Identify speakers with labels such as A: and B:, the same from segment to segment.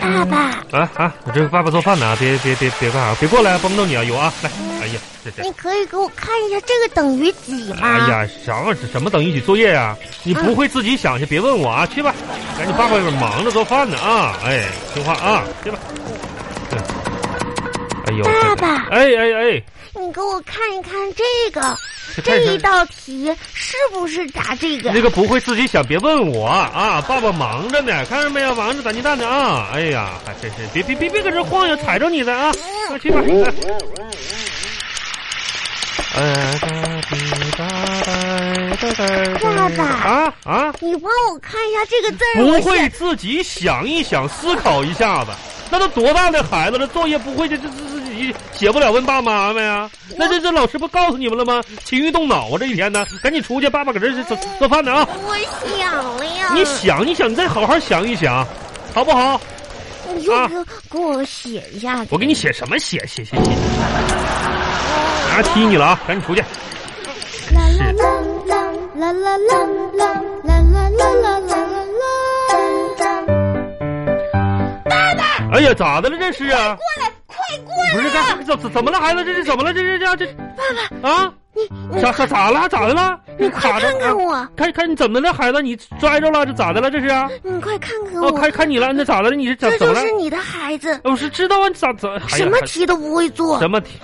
A: 爸爸，
B: 啊啊！我这个爸爸做饭呢，别别别别干啥，别过来，帮不动你啊！有啊，来，哎呀，这这，
A: 嗯你可以给我看一下这个等于几吗？
B: 哎呀，什么什么等一起作业呀、你
A: 嗯
B: 不会自己想去，别问我啊！去吧，赶紧爸爸忙着做饭呢啊！哎，听话啊，去吧。嗯哎呦，
A: 爸爸
B: 哎哎哎，
A: 你给我看一看这个，
B: 这太
A: 这一
B: 深。
A: 道题是不是答这个？
B: 那个不会自己想，别问我啊！爸爸忙着呢，看着没有，忙着攒鸡蛋呢啊！哎呀，还真是，别别别别搁这晃悠，踩着你的啊！快去吧。
A: 爸爸
B: 啊啊！
A: 你帮我看一下这个字儿，
B: 不
A: 我
B: 会
A: 写
B: 自己想一想，思考一下子，那都多大的孩子了，作业不会就这这自己写不了，问爸妈们呀？那这这老师不告诉你们了吗？勤于动脑啊，这一天呢，赶紧出去，爸爸搁这是做做饭呢啊！
A: 我想了呀。
B: 你想一想，你再好好想一想，好不好？
A: 你就
B: 啊
A: 给我给我写一下。
B: 我给你写什么写写写写？啊，踢你了啊！赶紧出去！
A: 啦啦啦啦啦啦啦啦啦啦啦啦啦啦！
B: 哎呀，咋的了这是啊？
A: 过来，快过
B: 不是
A: 来！
B: 干怎怎怎么了孩子？这是怎么了？这是这这爸爸啊？
A: 你你
B: 咋咋咋了？咋的了？你
A: 快看看我，
B: 看看你怎么了，孩子？你摔着了？这咋的了？这是啊？
A: 你快看看
B: 哦，
A: 我，
B: 看看你了，那咋的了？你是咋
A: 这
B: 怎么
A: 就
B: 了
A: 是？你的孩子，
B: 我是知道啊，你咋咋？哎呀
A: 什么
B: 还
A: 题都不会做。
B: 什么题？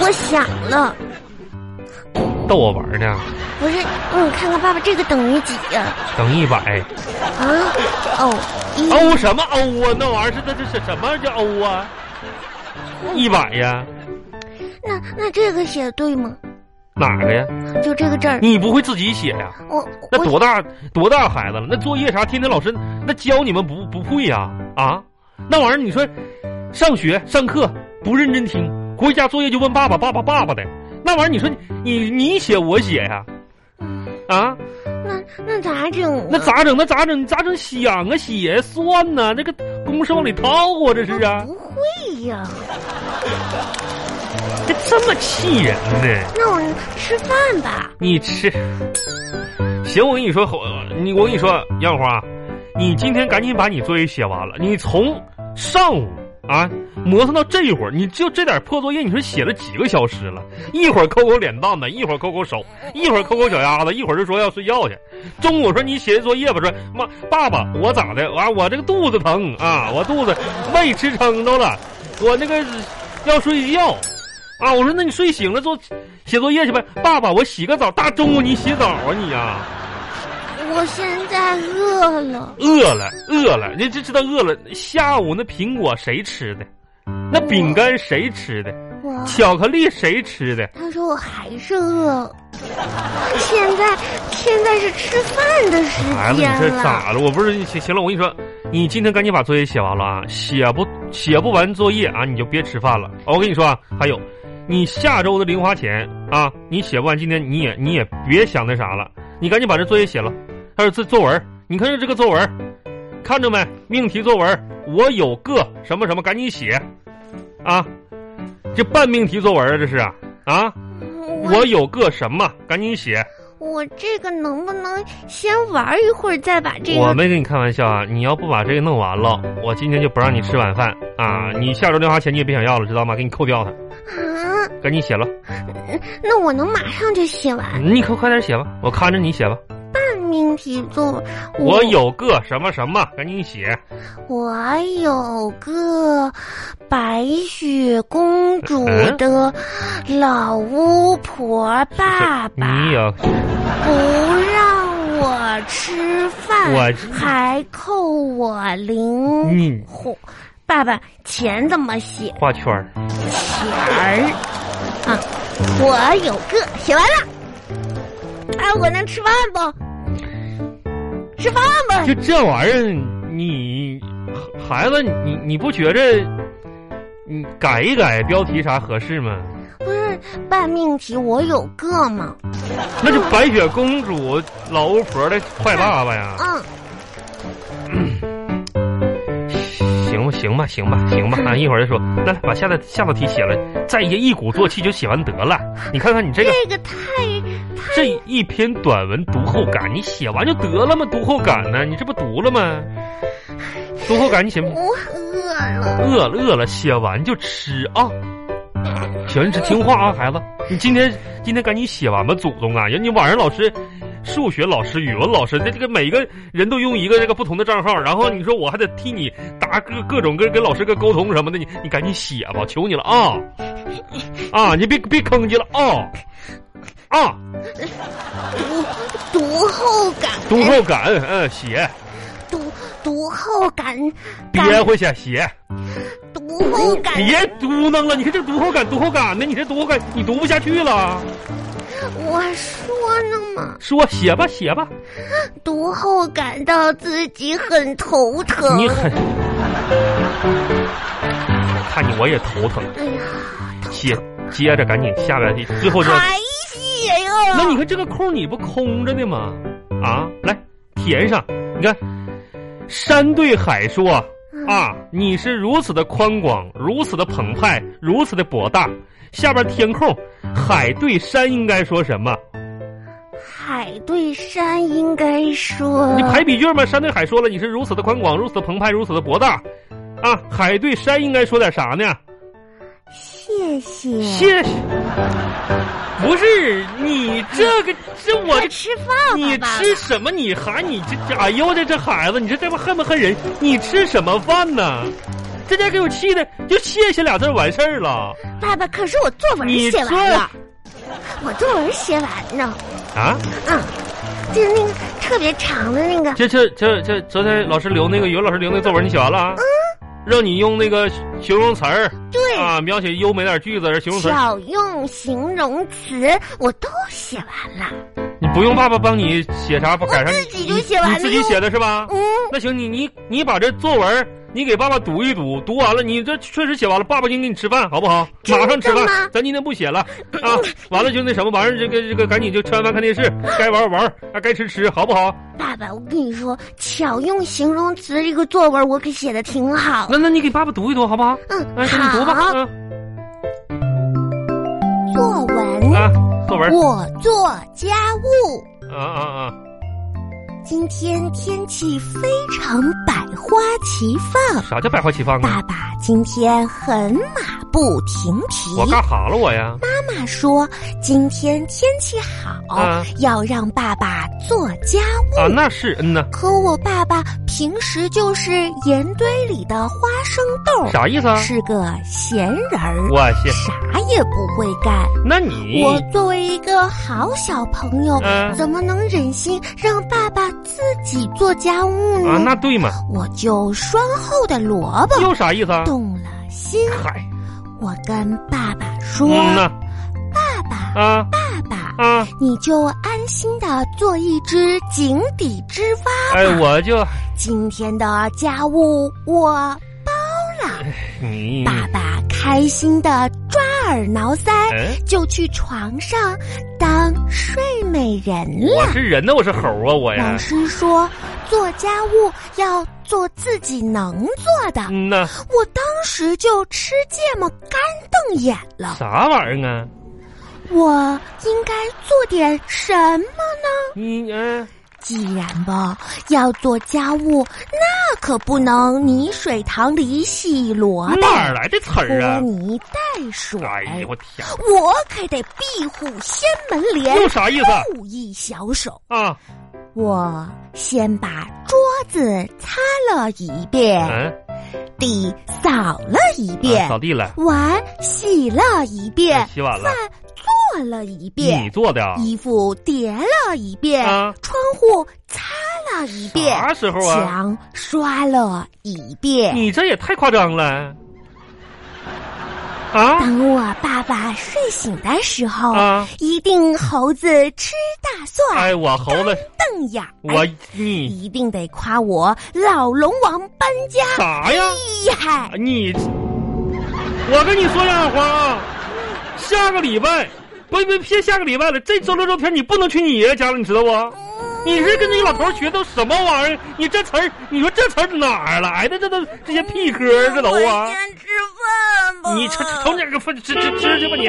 A: 我想了，
B: 逗我玩呢？
A: 不是，嗯，看看爸爸这个等于几呀？
B: 等一百。
A: 啊，哦，一
B: 欧什么欧啊？那玩意儿是那这是什么叫欧啊？一百呀？
A: 那那这个写的对吗？
B: 哪个呀？
A: 就这个字儿，
B: 你不会自己写呀、
A: 我
B: 嗯 那
A: 我
B: 多大多大孩子了？那作业啥，天天老师那教你们不不会呀、啊？那玩意儿你说，上学上课不认真听，回家作业就问爸爸爸爸爸爸的，那玩意儿你说你你你写我写呀、啊？
A: 那那咋整啊？
B: 那咋整？那咋整？你咋整？想啊，写算呐，那个公式往里套啊，这是啊，
A: 不会呀？
B: 这这么气人呢？
A: 那我吃饭吧。
B: 你吃，行，我跟你说，猴你我跟你说，杨花，你今天赶紧把你作业写完了。你从上午啊磨蹭到这一会儿，你就这点破作业，你说写了几个小时了？一会儿抠抠脸蛋子，一会儿抠抠手，一会儿抠抠脚丫子，一会儿就说要睡觉去。中午说你写作业吧，说妈爸爸我咋的？啊，我这个肚子疼啊，我肚子胃吃撑着了，我那个要睡觉。啊，我说那你睡醒了做写作业去呗。爸爸，我洗个澡，大中午你洗澡啊你呀、
A: 我现在饿了，
B: 饿了饿了，你这知道饿了。下午那苹果谁吃的？那饼干谁吃的？
A: 我
B: 巧克力谁吃的？
A: 他说我还是饿。现在现在是吃饭的时
B: 孩子，你
A: 间
B: 这
A: 了。
B: 咋了？我不是行行了，我跟你说，你今天赶紧把作业写完了啊！写不写不完作业啊，你就别吃饭了。我跟你说啊，还有，你下周的零花钱啊，你写不完，今天你也你也别想那啥了，你赶紧把这作业写了。还有这作文，你看这个作文，看着没？命题作文，我有个什么什么，赶紧写，啊，这半命题作文啊，这是啊啊，
A: 我
B: 我有个什么，赶紧写。
A: 我这个能不能先玩一会儿，再把这
B: 我
A: 个？
B: 没跟你开玩笑啊！你要不把这个弄完了，我今天就不让你吃晚饭啊！你下周零花钱你也别想要了，知道吗？给你扣掉它，
A: 啊，
B: 赶紧写了，
A: 那我能马上就写完
B: 你快快点写吧，我看着你写吧。
A: 半命题作文。
B: 我有个什么什么，赶紧写。
A: 我有个白雪公主的老巫婆爸爸，
B: 嗯你有
A: 不让我吃饭，
B: 我
A: 还扣我零
B: 你
A: 花。爸爸，钱怎么写
B: 画圈儿，
A: 钱儿啊？我有个写完了。哎，我能吃饭不？吃饭不？
B: 就这玩意儿，你孩子，你你不觉着你改一改标题啥合适吗？
A: 不是半命题，我有个吗？
B: 那就白雪公主老巫婆的坏爸爸呀！
A: 嗯。
B: 行吧，行吧，行吧，行吧，啊，一会儿再说。来，把下道下道题写了，再一一鼓作气就写完得了。你看看你这个
A: 这个太太
B: 这一篇短文读后感，你写完就得了吗？读后感呢？你这不读了吗？读后感你写
A: 我饿了。
B: 饿了饿了，写完就吃啊。行，你这听话啊，孩子，你今天今天赶紧写完吧，祖宗啊！人你晚上老师，数学老师、语文老师，这这个每个人都用一个这个不同的账号，然后你说我还得替你答各各种跟跟老师跟沟通什么的，你你赶紧写吧，求你了啊！啊，你别别吭叽了啊！啊，
A: 读读后感，
B: 读后感，嗯，写，
A: 读读后感，
B: 憋回去写，
A: 读后感，
B: 别嘟囔了，你看这读后感，读后感呢，你这读后感你读不下去了，
A: 我说呢嘛，
B: 说写吧写吧。
A: 读后感到自己很头疼。
B: 你很，看你我也头疼。
A: 哎呀，头
B: 接接着赶紧下边去，最后就。
A: 还写呀？
B: 那你看这个空你不空着呢吗？啊，来填上。你看，山对海说啊，你是如此的宽广，如此的澎湃，如此的博大。下边填空，海对山应该说什么？
A: 海对山应该说，
B: 你排比句嘛，山对海说了，你是如此的宽广，如此的澎湃，如此的博大。啊，海对山应该说点啥呢？
A: 谢谢。
B: 谢谢。不是你这个这我
A: 快
B: 这
A: 吃饭
B: 你
A: 吧，爸
B: 吃什么？你喊你这这哎呦这这孩子，你这这不恨不恨人？你吃什么饭呢？这家给我气的，就谢谢俩字儿完事儿了
A: 爸。爸爸，可是我作文
B: 你
A: 写
B: 做
A: 完了，我作文写完呢，
B: 啊！
A: 嗯，就是那个特别长的那个，
B: 这这这这昨天老师留那个语文老师留那作文你写完了啊？让你用那个形容词儿
A: 嗯对，啊
B: 啊，描写优美点句子，形容词儿，
A: 少用形容词我都写完了，
B: 你不用爸爸帮你写啥，改啥，
A: 我自己就写完
B: 你
A: 了
B: 自己写的是吧？
A: 嗯，
B: 那行，你你你把这作文儿你给爸爸读一读，读完了你这确实写完了，爸爸今天给你吃饭好不好？
A: 真的
B: 马上吃饭
A: 吗，
B: 咱今天不写了啊！完了就那什么，完了这个这个赶紧就吃完饭看 电视，该玩玩，啊该吃吃，好不好？
A: 爸爸，我跟你说，巧用形容词这个作文我可写的挺好，
B: 那那你给爸爸读一读好不好？
A: 嗯，
B: 哎，给你读吧，
A: 好，
B: 嗯
A: 作文，
B: 啊，作文儿
A: 我做家务。
B: 啊啊啊，
A: 今天天气非常百花齐放，
B: 啥叫百花齐放啊？
A: 爸爸今天很马不停蹄。
B: 我干哈了我呀？
A: 妈妈说，今天天气好，
B: 啊
A: 要让爸爸做家务。
B: 啊，那是嗯呐，
A: 可我爸爸平时就是盐堆里的花生豆，
B: 啥意思啊？
A: 是个闲人儿，
B: 我去，
A: 啥也不会干。
B: 那你
A: 我作为一个好小朋友，
B: 嗯
A: 怎么能忍心让爸爸自己做家务呢？
B: 啊，那对嘛？
A: 我就拴厚的萝卜
B: 又啥意思啊？
A: 动了心。
B: 嗨，
A: 我跟爸爸说：“
B: 嗯呐，
A: 爸爸，
B: 啊
A: 爸爸，
B: 啊，
A: 你就安心的做一只井底之蛙。
B: 哎，我就
A: 今天的家务我……”
B: 你嗯
A: 爸爸开心的抓耳挠腮，
B: 哎。
A: 就去床上当睡美人
B: 我
A: 了。
B: 是人呢，我是猴啊，我呀
A: 老。师说，做家务要做自己能做的。
B: 嗯呐，
A: 我当时就吃芥末干瞪眼了。
B: 啥玩意儿啊？
A: 我应该做点什么呢？
B: 你嗯、
A: 既然吧要做家务，那可不能泥水塘里洗萝卜、
B: 哪儿来的词儿
A: 拖
B: 啊？
A: 泥带水。
B: 哎呀，我天，
A: 我可得壁虎掀门帘，
B: 又啥意思啊
A: 又一小手。
B: 啊？
A: 我先把桌子擦了一遍，
B: 嗯、
A: 地扫了一遍，
B: 啊，扫地了，哎
A: 碗洗了一遍，
B: 洗碗了，
A: 做了一遍
B: 你，做的啊？
A: 衣服叠了一遍，
B: 啊
A: 窗户擦了一遍，
B: 啥时候啊？
A: 墙刷了一遍。
B: 你这也太夸张了。啊
A: 当我爸爸睡醒的时候，
B: 啊！
A: 一定猴子吃大蒜，
B: 哎，我猴子，
A: 瞪眼儿。
B: 我你
A: 一定得夸我老龙王搬家
B: 啥呀？
A: 厉害。
B: 啊你，我跟你说亮花啊，下个礼拜，不不，别下个礼拜了，这周六周天你不能去你爷爷家了，你知道不？你是跟你老头儿学的什么玩意儿？你这词儿，你说这词儿哪儿来的？这都这些屁歌儿，这都
A: 我
B: 啊！
A: 先吃饭吧。
B: 你瞅瞅你这个粪，吃吃吃去吧你！